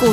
股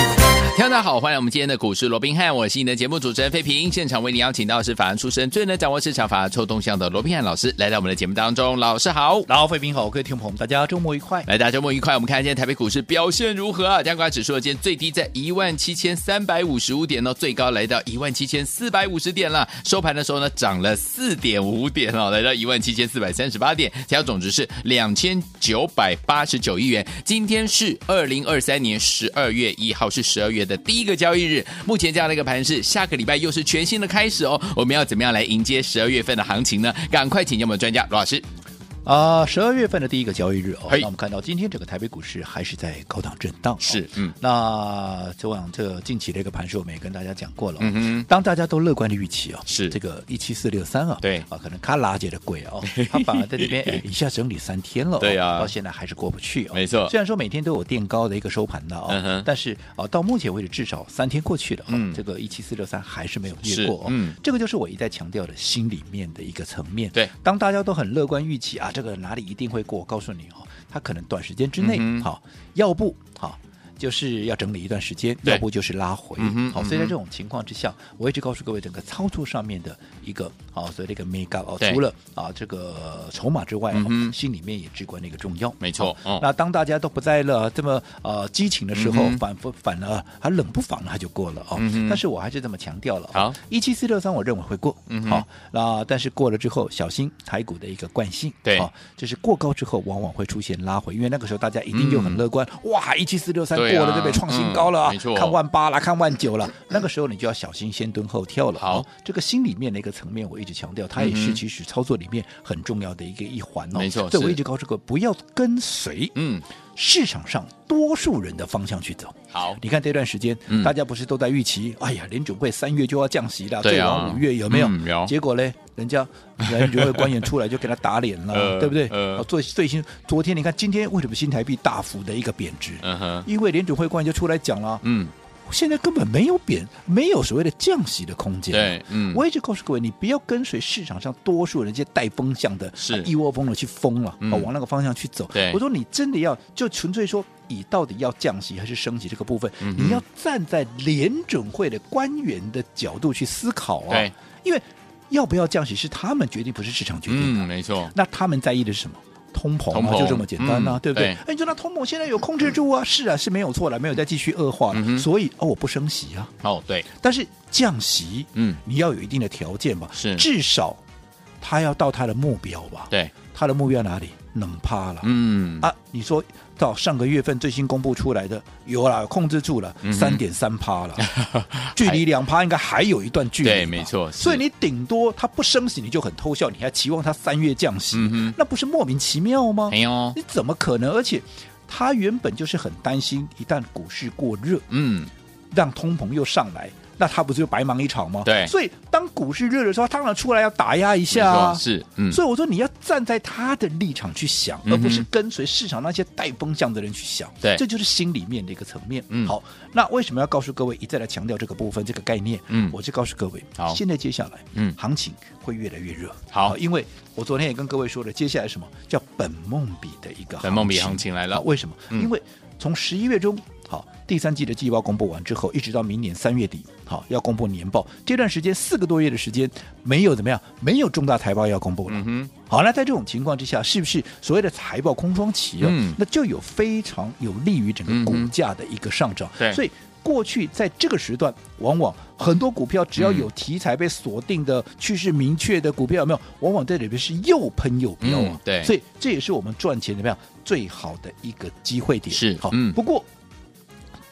大家好，欢迎我们今天的股市罗宾汉，我是你的节目主持人费平。现场为你邀请到的是法案出身、最能掌握市场法案臭动向的罗宾汉老师，来到我们的节目当中。老师好，然后，费平好，各位听众朋友们，大家周末愉快。来大家周末愉快。我们看今天台北股市表现如何啊？加权指数今天最低在一万七千三百五十五点哦，最高来到一万七千四百五十点了。收盘的时候呢，涨了四点五点哦，来到一万七千四百三十八点，成交总值是两千九百八十九亿元。今天是二零二三年十二月一号，是十二月的第一个交易日。目前这样的一个盘势，下个礼拜又是全新的开始哦。我们要怎么样来迎接十二月份的行情呢？赶快请教我们的专家罗老师。啊，十二月份的第一个交易日哦，嘿那我们看到今天整个台北股市还是在高档震荡、哦，是嗯那就往这近期的一个盘势，我们也跟大家讲过了、哦，嗯哼当大家都乐观的预期哦，是这个一七四六三啊，对啊，可能卡拉姐的鬼 哦，它反而在这边哎一下整理三天了、哦，对啊到现在还是过不去哦，没错虽然说每天都有垫高的一个收盘的哦，嗯哼但是啊，到目前为止至少三天过去了、哦，嗯这个一七四六三还是没有是越过、哦，嗯这个就是我一再强调的心里面的一个层面，对当大家都很乐观预期啊，这个哪里一定会过，我告诉你哦，它可能短时间之内，好、嗯哼要不好、就是要整理一段时间，对要不就是拉回嗯哼，好、嗯哼所以在这种情况之下，我一直告诉各位，整个操作上面的一个好、所以这个 make up 哦，对除了啊这个筹码之外、嗯哼哦，心里面也至关的一个重要，没错好哦那当大家都不在了这么呃激情的时候，嗯哼反复反而还冷不防它就过了哦、嗯哼但是我还是这么强调了、哦好，一七四六三我认为会过，嗯哼好，那但是过了之后，小心台股的一个惯性，对好就是过高之后往往会出现拉回，因为那个时候大家一定又很乐观，哇，一七四六三过嗯对啊了，对不对？创新高了啊，嗯没错看万八了，看万九了，那个时候你就要小心先蹲后跳了。好哦，这个心里面的一个层面，我一直强调，它也嗯是哼其实操作里面很重要的一个一环哦，没错所以是我一直告诉各位，不要跟随嗯，市场上多数人的方向去走。好，你看这段时间，嗯大家不是都在预期，哎呀，联准会三月就要降息了，对最啊晚五月有没有？嗯有结果嘞，人家联准会官员出来就给他打脸呃了，对不对？呃啊最最新昨天你看，今天为什么新台币大幅的一个贬值？嗯哼，因为联准会官员就出来讲了，嗯，现在根本没有贬，没有所谓的降息的空间。对，嗯，我一直告诉各位，你不要跟随市场上多数人这些带风向的，是啊一窝蜂的去疯了、嗯啊，往那个方向去走。对我说你真的要就纯粹说，你到底要降息还是升息这个部分，嗯哼你要站在联准会的官员的角度去思考啊、对因为要不要降息是他们决定，不是市场决定的。嗯，没错，那他们在意的是什么？通膨、啊、通膨就这么简单呐、嗯对不对对？哎，你说那通膨现在有控制住啊？是啊，是没有错了，没有再继续恶化了。嗯哼所以哦，我不升息啊，哦，对，但是降息，嗯你要有一定的条件吧，是至少他要到他的目标吧，，对，他的目标哪里？能趴了、嗯，啊？你说到上个月份最新公布出来的，有啦，控制住了嗯哼三点三 趴了，距离两趴应该还有一段距离吧，对没错是所以你顶多它不升息，你就很偷笑，你还期望它三月降息，嗯哼哎那不是莫名其妙吗？没有，你怎么可能？而且他原本就是很担心，一旦股市过热，嗯，让通膨又上来，那他不是就白忙一场吗？对所以当股市热的时候，他当然出来要打压一下啊。没错是，嗯，所以我说你要站在他的立场去想，嗯哼而不是跟随市场那些带风向的人去想。对这就是心里面的一个层面。嗯好，那为什么要告诉各位一再来强调这个部分这个概念？嗯我就告诉各位，好现在接下来，嗯行情会越来越热。好因为我昨天也跟各位说了，接下来什么叫本梦比的一个本梦比行情来了啊为什么？嗯因为从十一月中。好，第三季的季报公布完之后，一直到明年三月底，好要公布年报。这段时间四个多月的时间，没有怎么样，没有重大财报要公布了。嗯哼，好，那在这种情况之下，是不是所谓的财报空窗期啊、嗯那就有非常有利于整嗯个股哼价的一个上涨。对所以过去在这个时段，往往很多股票只要嗯有题材被锁定的、趋势明确的股票，有没有？往往在里边是又喷又飙啊、嗯对所以这也是我们赚钱怎么样最好的一个机会点。是好，嗯不过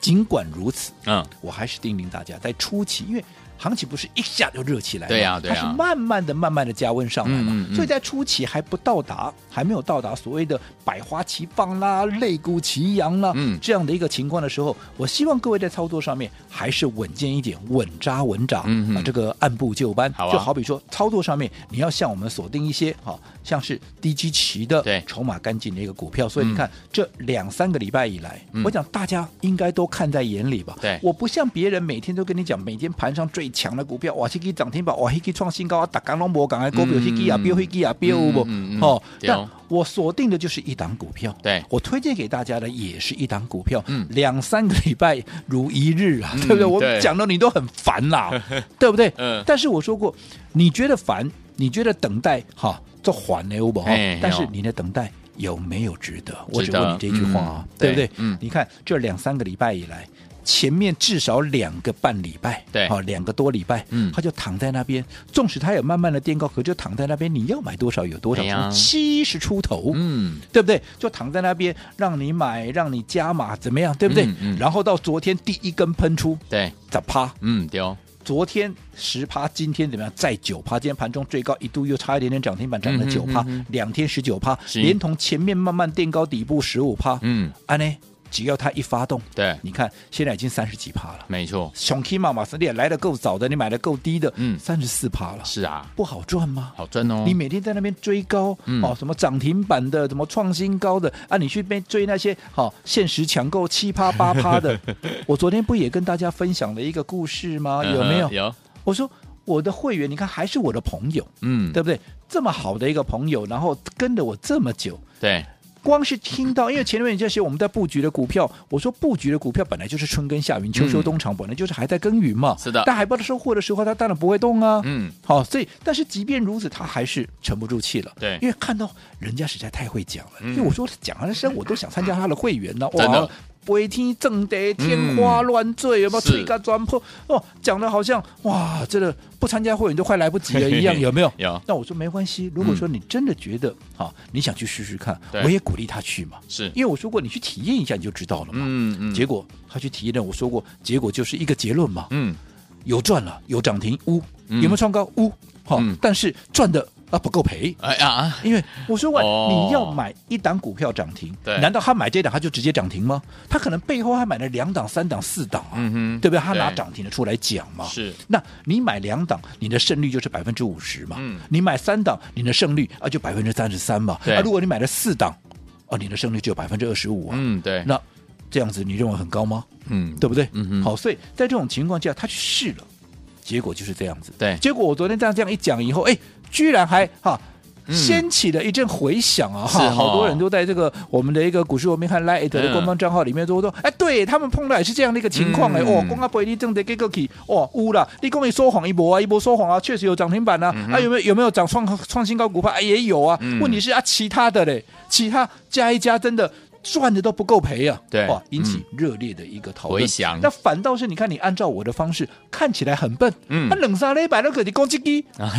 尽管如此，嗯，我还是叮咛大家，在初期，因为行情不是一下就热起来嘛，对呀对呀它是慢慢的、慢慢的加温上来嘛。嗯嗯嗯所以在初期还不到达，还没有到达所谓的百花齐放啦、肋骨齐扬啦、嗯这样的一个情况的时候，我希望各位在操作上面还是稳健一点，稳扎稳打，嗯嗯啊这个按部就班。好啊就好比说操作上面，你要像我们锁定一些好、像是低基期的对筹码干净的一个股票，所以嗯你看、这两三个礼拜以来，嗯我讲大家应该都看在眼里吧。对我不像别人每天都跟你讲，每天盘上最强的股票，哇，这个涨停板，哇，那个创新高啊，打港龙博港啊，股票嗯那个啊，标那个啊，标不嗯嗯嗯？哦，对哦那我锁定的就是一档股票，对我推荐给大家的也是一档股票哎嗯，两三个礼拜如一日啊，嗯对不对？我对讲的你都很烦 啦，对不对嗯？但是我说过，你觉得烦，你觉得等待哈，这缓呢，我不哎但对是哦你的等待有没有值得？我值只得问你这句话啊嗯，对不对对？嗯你看这两三个礼拜以来，前面至少两个半礼拜，对好、两个多礼拜，嗯他就躺在那边，纵使他也慢慢的垫高，可就躺在那边，你要买多少有多少哎呀，七十、70出头，嗯，对不对？就躺在那边，让你买，让你加码，怎么样，对不对？嗯嗯然后到昨天第一根喷出，对，咋趴？嗯，丢，昨天十趴，今天怎么样？再九趴，今天盘中最高一度又差一点点涨停板，涨了嗯哼九趴嗯哼，两天十九趴，是连同前面慢慢垫高底部十五趴，嗯，啊呢，只要它一发动，对，你看现在已经三十几趴了，没错，熊 K 嘛，马斯列来的够早的，你买的够低的，嗯三十四趴了，是啊，不好赚吗？好赚哦，你每天在那边追高、嗯哦，什么涨停板的，什么创新高的啊，你去边追那些好、哦、限时抢购七趴八趴 的。我昨天不也跟大家分享了一个故事吗？嗯有没有哼？有，我说我的会员，你看还是我的朋友，嗯，对不对？这么好的一个朋友，然后跟着我这么久，对，光是听到，因为前面这些我们在布局的股票，我说布局的股票本来就是春耕夏耘、秋收冬藏，本来就是还在耕耘嘛。嗯是的但海报的收获的时候，它当然不会动啊。嗯，好、所以但是即便如此，他还是沉不住气了。对因为看到人家实在太会讲了，嗯因为我说讲他的声，我都想参加他的会员了。真的嗯哇，不会听正得天花乱坠，有没有？是吹个砖破哦，讲的好像哇，这个不参加会员都快来不及了 一样，有没有？有，嗯那我说没关系，如果说你真的觉得好、你想去试试看对，我也鼓励他去嘛，是，因为我说过你去体验一下你就知道了嘛。嗯嗯，结果他去体验了，我说过，结果就是一个结论嘛，嗯，有赚了，有涨停，呜，嗯有没有创高，呜，好、嗯但是赚的啊不够赔。哎呀，因为我说过，哦你要买一档股票涨停，对难道他买这档他就直接涨停吗？他可能背后还买了两档、三档、四档啊，嗯哼对不对？他拿对涨停的出来讲嘛，是，那你买两档，你的胜率就是百分之五十嘛。嗯你买三档，你的胜率啊就百分之三十三嘛。对啊，如果你买了四档，哦、你的胜率只有百分之二十五啊。嗯，对，那这样子你认为很高吗？嗯，对不对？嗯哼好，所以在这种情况下，他去试了，结果就是这样子。对结果我昨天这样这样一讲以后，哎，居然还哈。嗯掀起了一阵回响啊！是哈，哦好多人都在这个我们的一个股市文明和 Lite 的官方账号里面都说，哎，对他们碰到也是这样的一个情况哎，嗯哦，公阿伯你正在给个起，哦，乌啦，你公你说谎一波啊，一波说谎啊，确实有涨停板啊，啊，有没有有没有涨创创新高股票？哎，也有啊嗯。问题是啊，其他的嘞，其他加一加真的赚的都不够赔啊，对哇，引嗯起热烈的一个讨回论。响那反倒是你看，你按照我的方式，看起来很笨，嗯那冷三嘞，百乐可你攻 击机，啊，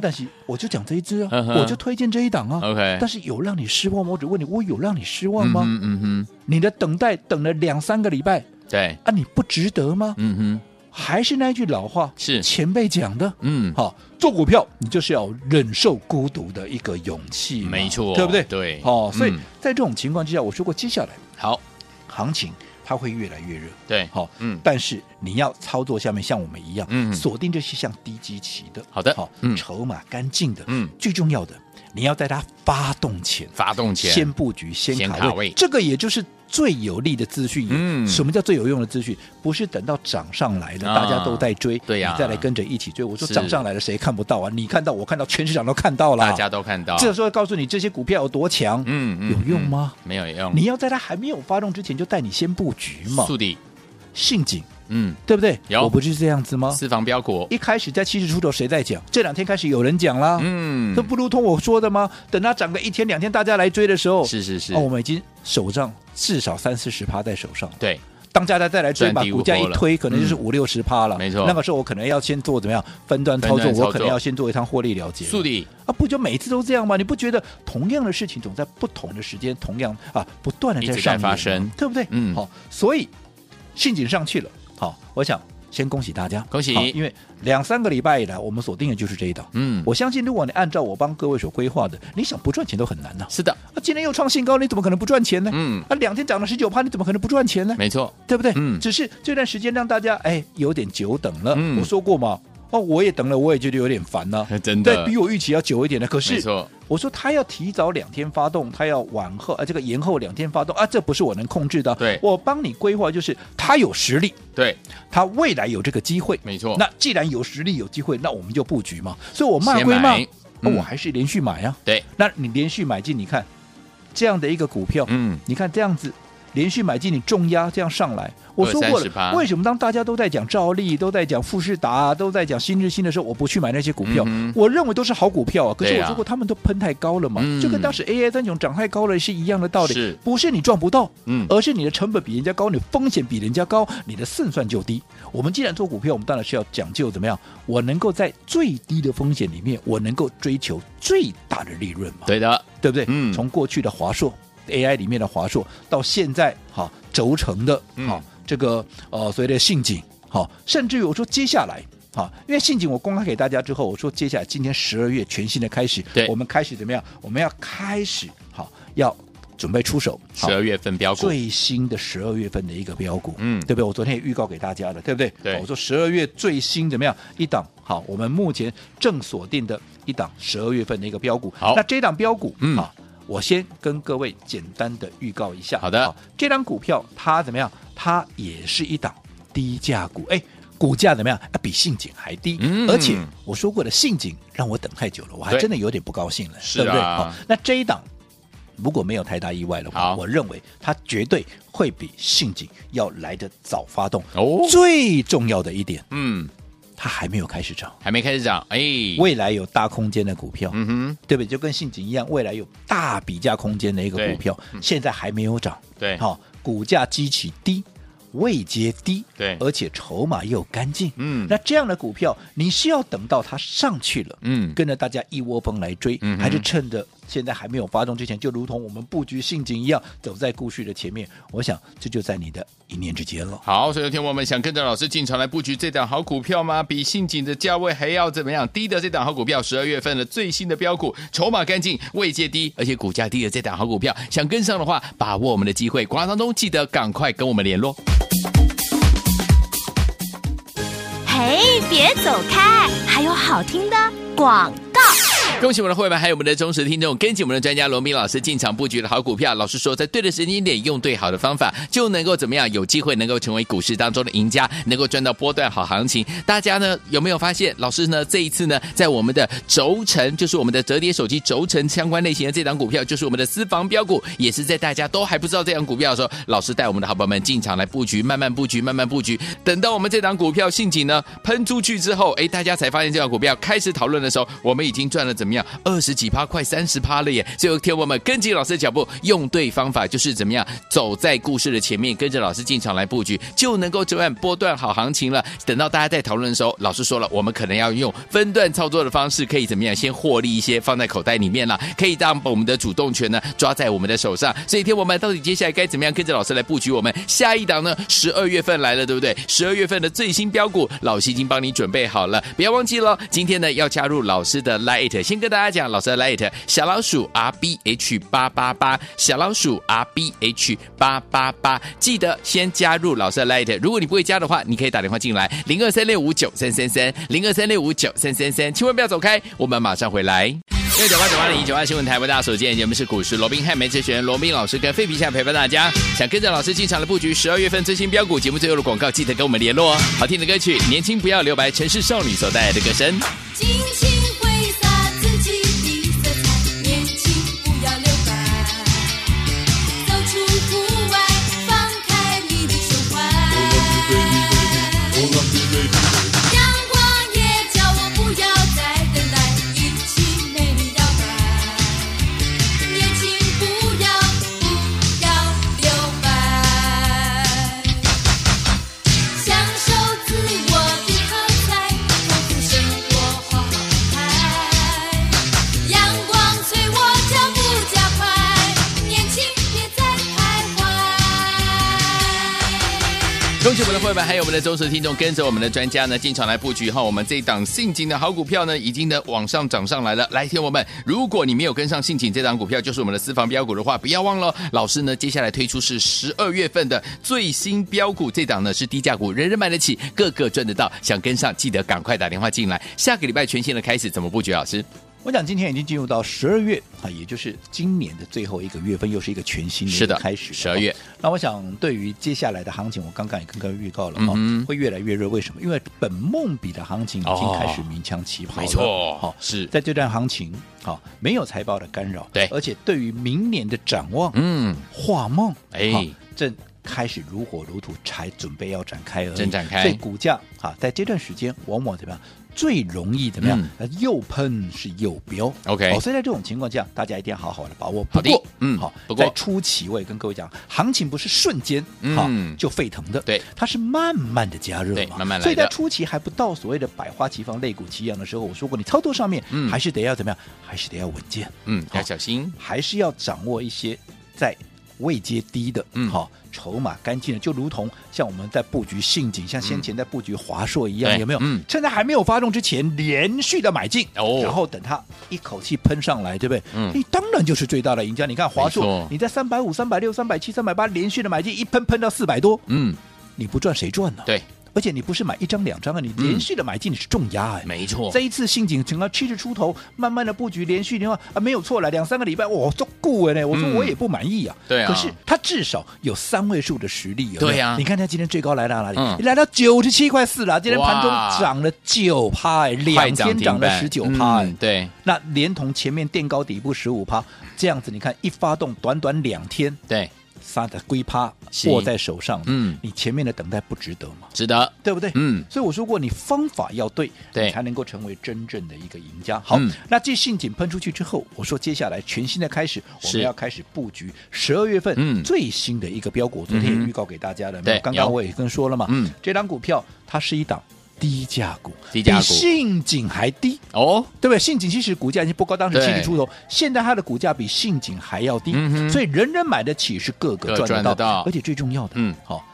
但是我就讲这一支啊嗯，哼我就推荐这一档啊。 OK 但是有让你失望吗？我只问你，我有让你失望吗？嗯哼嗯哼，你的等待等了两三个礼拜对，啊，你不值得吗？嗯哼，还是那句老话，是前辈讲的，嗯，好，做股票你就是要忍受孤独的一个勇气嘛，没错对不对？对哦，所以嗯在这种情况之下，我说过，接下来好，行情它会越来越热，对，好，嗯但是你要操作下面像我们一样，嗯锁定这些像低基期的，好的好嗯，筹码干净的，嗯，最重要的，你要在它发动前发动前，先布局，先先卡位，卡位这个也就是最有利的资讯。嗯什么叫最有用的资讯？不是等到涨上来了，啊大家都在追，对呀你再来跟着一起追。我说是涨上来了，谁看不到啊？你看到，我看到，全市场都看到了。啊大家都看到，这时候告诉你这些股票有多强，嗯嗯有用吗？没有用，你要在它还没有发动之前就带你先布局嘛，速底，陷阱嗯，对不对？有我不是这样子吗？私房标股，啊一开始在七十出头谁在讲？这两天开始有人讲啦，嗯这、，不如同我说的吗？等它涨个一天两天，大家来追的时候，是是是哦，，我们已经手上至少三四十趴在手上了。对，当大家再来追赚把低股价无一波了推，可能就是嗯五六十趴了。没错那个时候我可能要先做怎么样分段分操作，段操作我可能要先做一趟获利了结。速底，啊，不就每次都这样吗？你不觉得同样的事情总在不同的时间，同样啊不断的一在直在上演发吗生对不对？嗯好，所以陷阱上去了。好，我想先恭喜大家，恭喜好因为两三个礼拜以来，我们锁定的就是这一档。嗯我相信如果你按照我帮各位所规划的，你想不赚钱都很难呐、是的，啊，今天又创新高，你怎么可能不赚钱呢？嗯啊，两天涨了十九趴，你怎么可能不赚钱呢？没错， 对不对？嗯只是这段时间让大家哎有点久等了。嗯我说过嘛，哦，我也等了，我也觉得有点烦 呢、真的对比我预期要久一点的。可没是错，我说他要提早两天发动，他要往后啊，这个延后两天发动啊，这不是我能控制的。对我帮你规划，就是他有实力，对，他未来有这个机会，没错那既然有实力有机会，那我们就布局嘛。所以我骂先归骂，买那嗯我还是连续买啊。对，那你连续买进，你看这样的一个股票，嗯，你看这样子连续买进，你重压这样上来，我说过30%了，为什么当大家都在讲兆利、都在讲富士达、都在讲新日新的时候，我不去买那些股票？嗯哼我认为都是好股票啊，可是对我啊说过他们都喷太高了嘛，嗯就跟当时 AI 三雄涨太高了是一样的道理，是不是你赚不到，嗯而是你的成本比人家高，你风险比人家高，你的胜算就低。我们既然做股票，我们当然是要讲究怎么样，我能够在最低的风险里面，我能够追求最大的利润嘛。对的，对不对？嗯从过去的华硕 AI 里面的华硕，到现在哈、轴承的嗯哈、这个呃所谓的信景，好、甚至于我说接下来。好，因为信景我公开给大家之后，我说接下来今天十二月全新的开始对，我们开始怎么样？我们要开始好，要准备出手，好十二月份标股，最新的十二月份的一个标股，嗯对不对？我昨天也预告给大家了，对不对？对好我说十二月最新怎么样一档？好，我们目前正锁定的一档十二月份的一个标股。好那这档标股，嗯好，我先跟各位简单的预告一下。好的这档股票它怎么样？它也是一档低价股，哎。股价怎么样？啊比信景还低，嗯而且我说过的信景让我等太久了，我还对真的有点不高兴了，是对不对？啊好，那这一档如果没有太大意外的好话，我认为它绝对会比信锦要来得早发动。哦最重要的一点，嗯，它还没有开始涨，还没开始涨，哎，未来有大空间的股票，嗯哼，对不对？就跟信锦一样，未来有大比价空间的一个对嗯股票，现在还没有涨，对，好、股价基起低。位阶低，对而且筹码又干净，嗯那这样的股票，你是要等到它上去了，嗯，跟着大家一窝蜂来追，嗯哼还是趁着现在还没有发动之前，就如同我们布局陷阱一样，走在故事的前面。我想这就在你的一念之间了。好，所以有天我们想跟着老师进场来布局这档好股票吗？比信锦的价位还要怎么样低的这档好股票，十二月份的最新的标股，筹码干净，位阶低，而且股价低的这档好股票，想跟上的话，把握我们的机会，广告当中记得赶快跟我们联络。嘿，别走开，还有好听的广告。恭喜我们的会员，还有我们的忠实听众，跟紧我们的专家罗明老师进场布局的好股票。老师说，在对的时间点，用对好的方法，就能够怎么样？有机会能够成为股市当中的赢家，能够赚到波段好行情。大家呢有没有发现，老师呢这一次呢，在我们的轴承，就是我们的折叠手机轴承相关类型的这档股票，就是我们的私房标股，也是在大家都还不知道这档股票的时候，老师带我们的好朋友们进场来布局，慢慢布局，慢慢布局。等到我们这档股票信锦呢喷出去之后，哎，大家才发现这档股票开始讨论的时候，我们已经赚了怎么样二十几趴，快三十趴了耶！所以，天我们跟紧老师的脚步，用对方法，就是怎么样走在故事的前面，跟着老师进场来布局，就能够这样波段好行情了。等到大家在讨论的时候，老师说了，我们可能要用分段操作的方式，可以怎么样先获利一些，放在口袋里面了，可以让我们的主动权呢抓在我们的手上。所以，天我们到底接下来该怎么样跟着老师来布局我们下一档呢？十二月份来了，对不对？十二月份的最新标股，老师已经帮你准备好了，不要忘记了，今天呢要加入老师的 Light，先跟大家讲老师的 Light 小老鼠 R B H 八八八，小老鼠 R B H 八八八，记得先加入老师的 Light，如果你不会加的话，你可以打电话进来零二三六五九三三三零二三六五九三三三，千万不要走开，我们马上回来。六九八九八零一九八新闻台为大家所见节目是股市罗宾汉梅哲学员罗宾老师跟费皮夏陪伴大家。想跟着老师进场的布局十二月份最新标股节目最后的广告，记得跟我们联络哦。好听的歌曲，年轻不要留白，城市少女所带来的歌声。尽情挥洒自己的色彩，年轻不要留白，走出户外，放开你的胸怀。阳光也叫我不要再等待，一起美丽摇摆，年轻不要不要留白。享受自我的喝彩，丰富生活，好好爱。恭喜我们的会员，还有我们的忠实听众，跟着我们的专家呢进场来布局哈。我们这一档信锦的好股票呢，已经呢往上涨上来了。来，听我们，如果你没有跟上信锦这档股票，就是我们的私房标股的话，不要忘了，老师呢接下来推出是十二月份的最新标股，这档呢是低价股，人人买得起，个个赚得到。想跟上，记得赶快打电话进来。下个礼拜全新的开始，怎么布局？啊老师，我讲今天已经进入到十二月啊，也就是今年的最后一个月份，又是一个全新的一是的个嗯开始。 12月哦，那我想对于接下来的行情，我刚刚也跟各位预告了哈、嗯哼会越来越热。为什么？因为本梦比的行情已经哦开始鸣枪起跑了。哦好、是在这段行情，好、没有财报的干扰，对而且对于明年的展望，嗯，画梦，哎好正开始如火如荼，才准备要展开而已。正展开所以股价啊，在这段时间往往怎么样？最容易怎么样嗯？呃又喷是又飙 OK 好所以在这种情况下，大家一定要好好的把握。好不的过，嗯好，不过在初期我也跟各位讲，行情不是瞬间好嗯就沸腾的，对，它是慢慢的加热对嘛，慢慢来的所以在初期还不到所谓的百花齐放、肋骨齐扬啊的时候，我说过，你操作上面嗯还是得要怎么样？还是得要稳健。嗯，好要小心，还是要掌握一些在位阶低的，嗯好、筹码干净的，就如同像我们在布局信锦，像先前在布局华硕一样，嗯对有没有？嗯趁它还没有发动之前，连续的买进，哦然后等它一口气喷上来，对不对？嗯你当然就是最大的赢家。你看华没硕错，你在三百五、三百六、三百七、三百八连续的买进，一喷喷到四百多，嗯，你不赚谁赚呢？，对，而且你不是买一张两张啊，你连续的买进，你是重压哎、嗯没错这，一次信锦成了七十出头，慢慢的布局，连续的话啊，没有错了，两三个礼拜，哇，做顾问呢，我说嗯我也不满意啊，对啊可是他至少有三位数的实力，有没有对啊你看他今天最高来到哪里？嗯来到九十七块四了，今天盘中哇涨了九趴，哎快两天停涨了板十九趴，哎嗯对，那连同前面垫高底部十五趴，这样子你看一发动，短短两天，对，杀的龟趴是握在手上，嗯你前面的等待不值得吗？值得，对不对？嗯所以我说过，你方法要对，对你才能够成为真正的一个赢家。好，嗯那这信锦喷出去之后，我说接下来全新的开始，我是们要开始布局十二月嗯份最新的一个标股。昨天也预告给大家了，对刚有刚我也跟说了嘛，嗯，这档股票它是一档低价股，低价股比信锦还低。哦，对不对？信锦其实股价已经不高，当时对七十出头，现在它的股价比信锦还要低，嗯哼所以人人买得起，是个个个赚赚得得到，到而且最重要的，嗯好、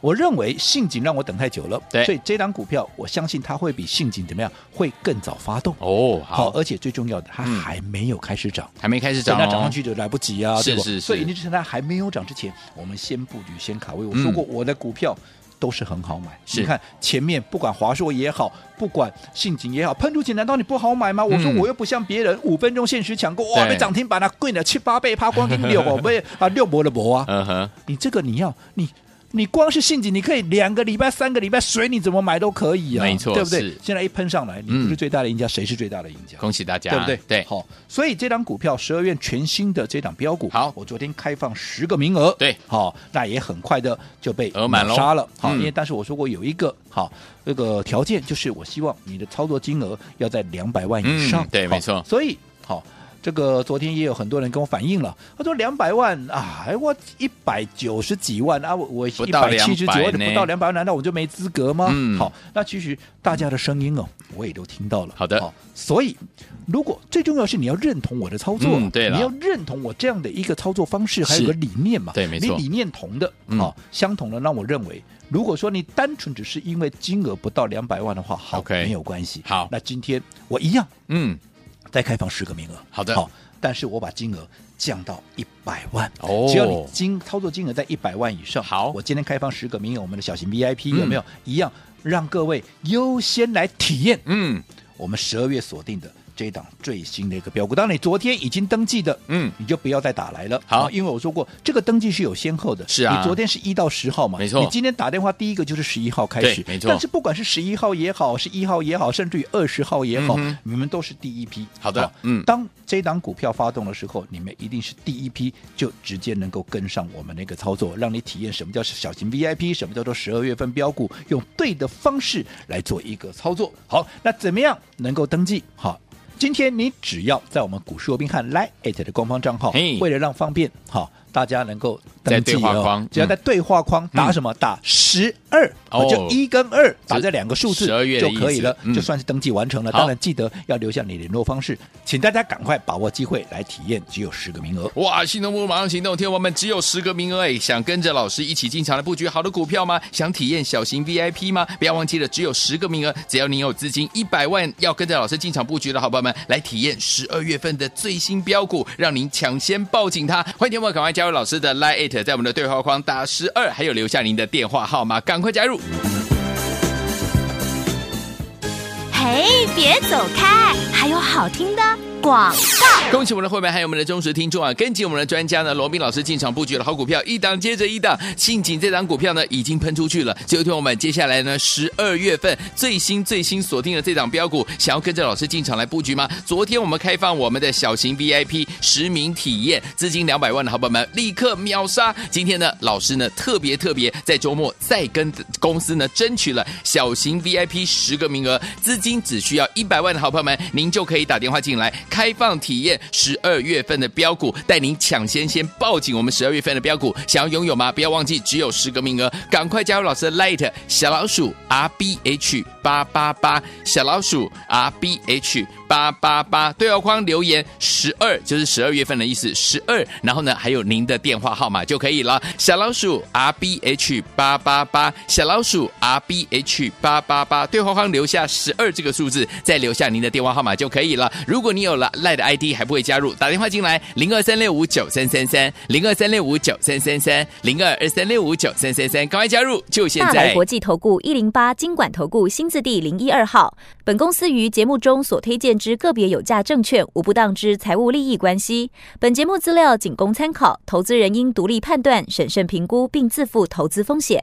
我认为信锦让我等太久了，对所以这档股票我相信它会比信锦怎么样，会更早发动。哦，好，而且最重要的，它嗯还没有开始涨，还没开始等涨、哦，它涨上去就来不及啊，是对不是是所以你趁它还没有涨之前，我们先布局，先卡位。我说过，我的股票。都是很好买，是你看前面不管华硕也好，不管信锦也好，喷出去难道你不好买吗？我说嗯我又不像别人五分钟限时抢购，哇，对被涨停板啊，贵了七八倍，趴光听六 哦，被啊六波的博啊，嗯哼，你这个你要你你光是信锦，你可以两个礼拜、三个礼拜随你怎么买都可以啊，没错对不对是？嗯现在一喷上来，你不是最大的赢家，谁是最大的赢家？恭喜大家，对不对？对，好，所以这档股票十二月全新的这档标股，好我昨天开放十个名额，对好，那也很快的就被额满秒杀了咯，好，嗯因为但是我说过有一个好这个条件，就是我希望你的操作金额要在两百万以上嗯，对好没错所以好。这个昨天也有很多人跟我反映了，他说两百万啊，哎我一百九十几万啊，我我不一到百七十几200万呢不到两百万，难道我就没资格吗？嗯好，那其实大家的声音哦，我也都听到了。好的所以如果最重要是你要认同我的操作，啊嗯对了你要认同我这样的一个操作方式，还有个理念嘛，对没错你理念同的，嗯好、相同的，那我认为，如果说你单纯只是因为金额不到两百万的话，好 OK 没有关系，好那今天我一样嗯，再开放十个名额，好的好，但是我把金额降到一百万，哦只要你金操作金额在一百万以上，好我今天开放十个名额，我们的小型 VIP、嗯有没有一样让各位优先来体验？嗯，我们十二月锁定的这一档最新的一个标股。当然，你昨天已经登记的，嗯你就不要再打来了。好啊因为我说过，这个登记是有先后的。是啊你昨天是一到十号嘛，没错你今天打电话第一个就是十一号开始，对没错但是不管是十一号也好，是一号也好，甚至于二十号也好，嗯哼你们都是第一批。好的嗯当这档股票发动的时候，你们一定是第一批，就直接能够跟上我们那个操作，让你体验什么叫小型 VIP，什么叫做十二月份标股，用对的方式来做一个操作。好，那怎么样能够登记？好。今天你只要在我们股市罗宾汉 Line 的官方账号嘿，为了让方便，好大家能够在登记对话哦框嗯只要在对话框打什么？打十二，哦哦就一跟二打这两个数字12月的就意思可以了嗯，就算是登记完成了。好当然记得要留下你联络方式，请大家赶快把握机会来体验，只有十个名额。哇，心动不如马上行动，天王们只有十个名额哎！想跟着老师一起进场来布局好的股票吗？想体验小型 VIP 吗？不要忘记了，只有十个名额，只要你有资金一百万，要跟着老师进场布局的好朋友们，来体验十二月份的最新标股，让您抢先抱紧它。欢迎天王赶快加入老师的 Line It，在我们的对话框打十二，还有留下您的电话号码，赶快加入。嘿，别走开，还有好听的广。恭喜我们的会员，还有我们的忠实听众啊！跟紧我们的专家呢，罗斌老师进场布局了好股票，一档接着一档。信锦这档股票呢，已经喷出去了。所以，听我们接下来呢，十二月份最新最新锁定的这档标股，想要跟着老师进场来布局吗？昨天我们开放我们的小型 VIP 实名体验，资金两百万的好朋友们立刻秒杀。今天呢，老师呢特别特别在周末再跟公司呢争取了小型 VIP 十个名额，资金只需要一百万的好朋友们，您就可以打电话进来，开放体验十二月份的标股，带您抢先先抱紧我们十二月份的标股，想要拥有吗？不要忘记只有十个名额，赶快加入老师的 Light 小老鼠 R B H 八八八小老鼠 R B H 八八八对话框留言十二就是十二月份的意思，十二，然后呢还有您的电话号码就可以了，小老鼠 R B H 八八八小老鼠 R B H 八八八对话框留下十二这个数字，再留下您的电话号码就可以了。如果你有了赖的 ID 还不会加入，打电话进来零二三六五九三三三零二三六五九三三三零二二三六五九三三三，赶快加入，就现大来在国。际投顾一零八金管投顾新字第零一二号。本公司于节目中所推荐之个别有价证券，无不当之财务利益关系。本节目资料仅供参考，投资人应独立判断、审慎评估，并自负投资风险。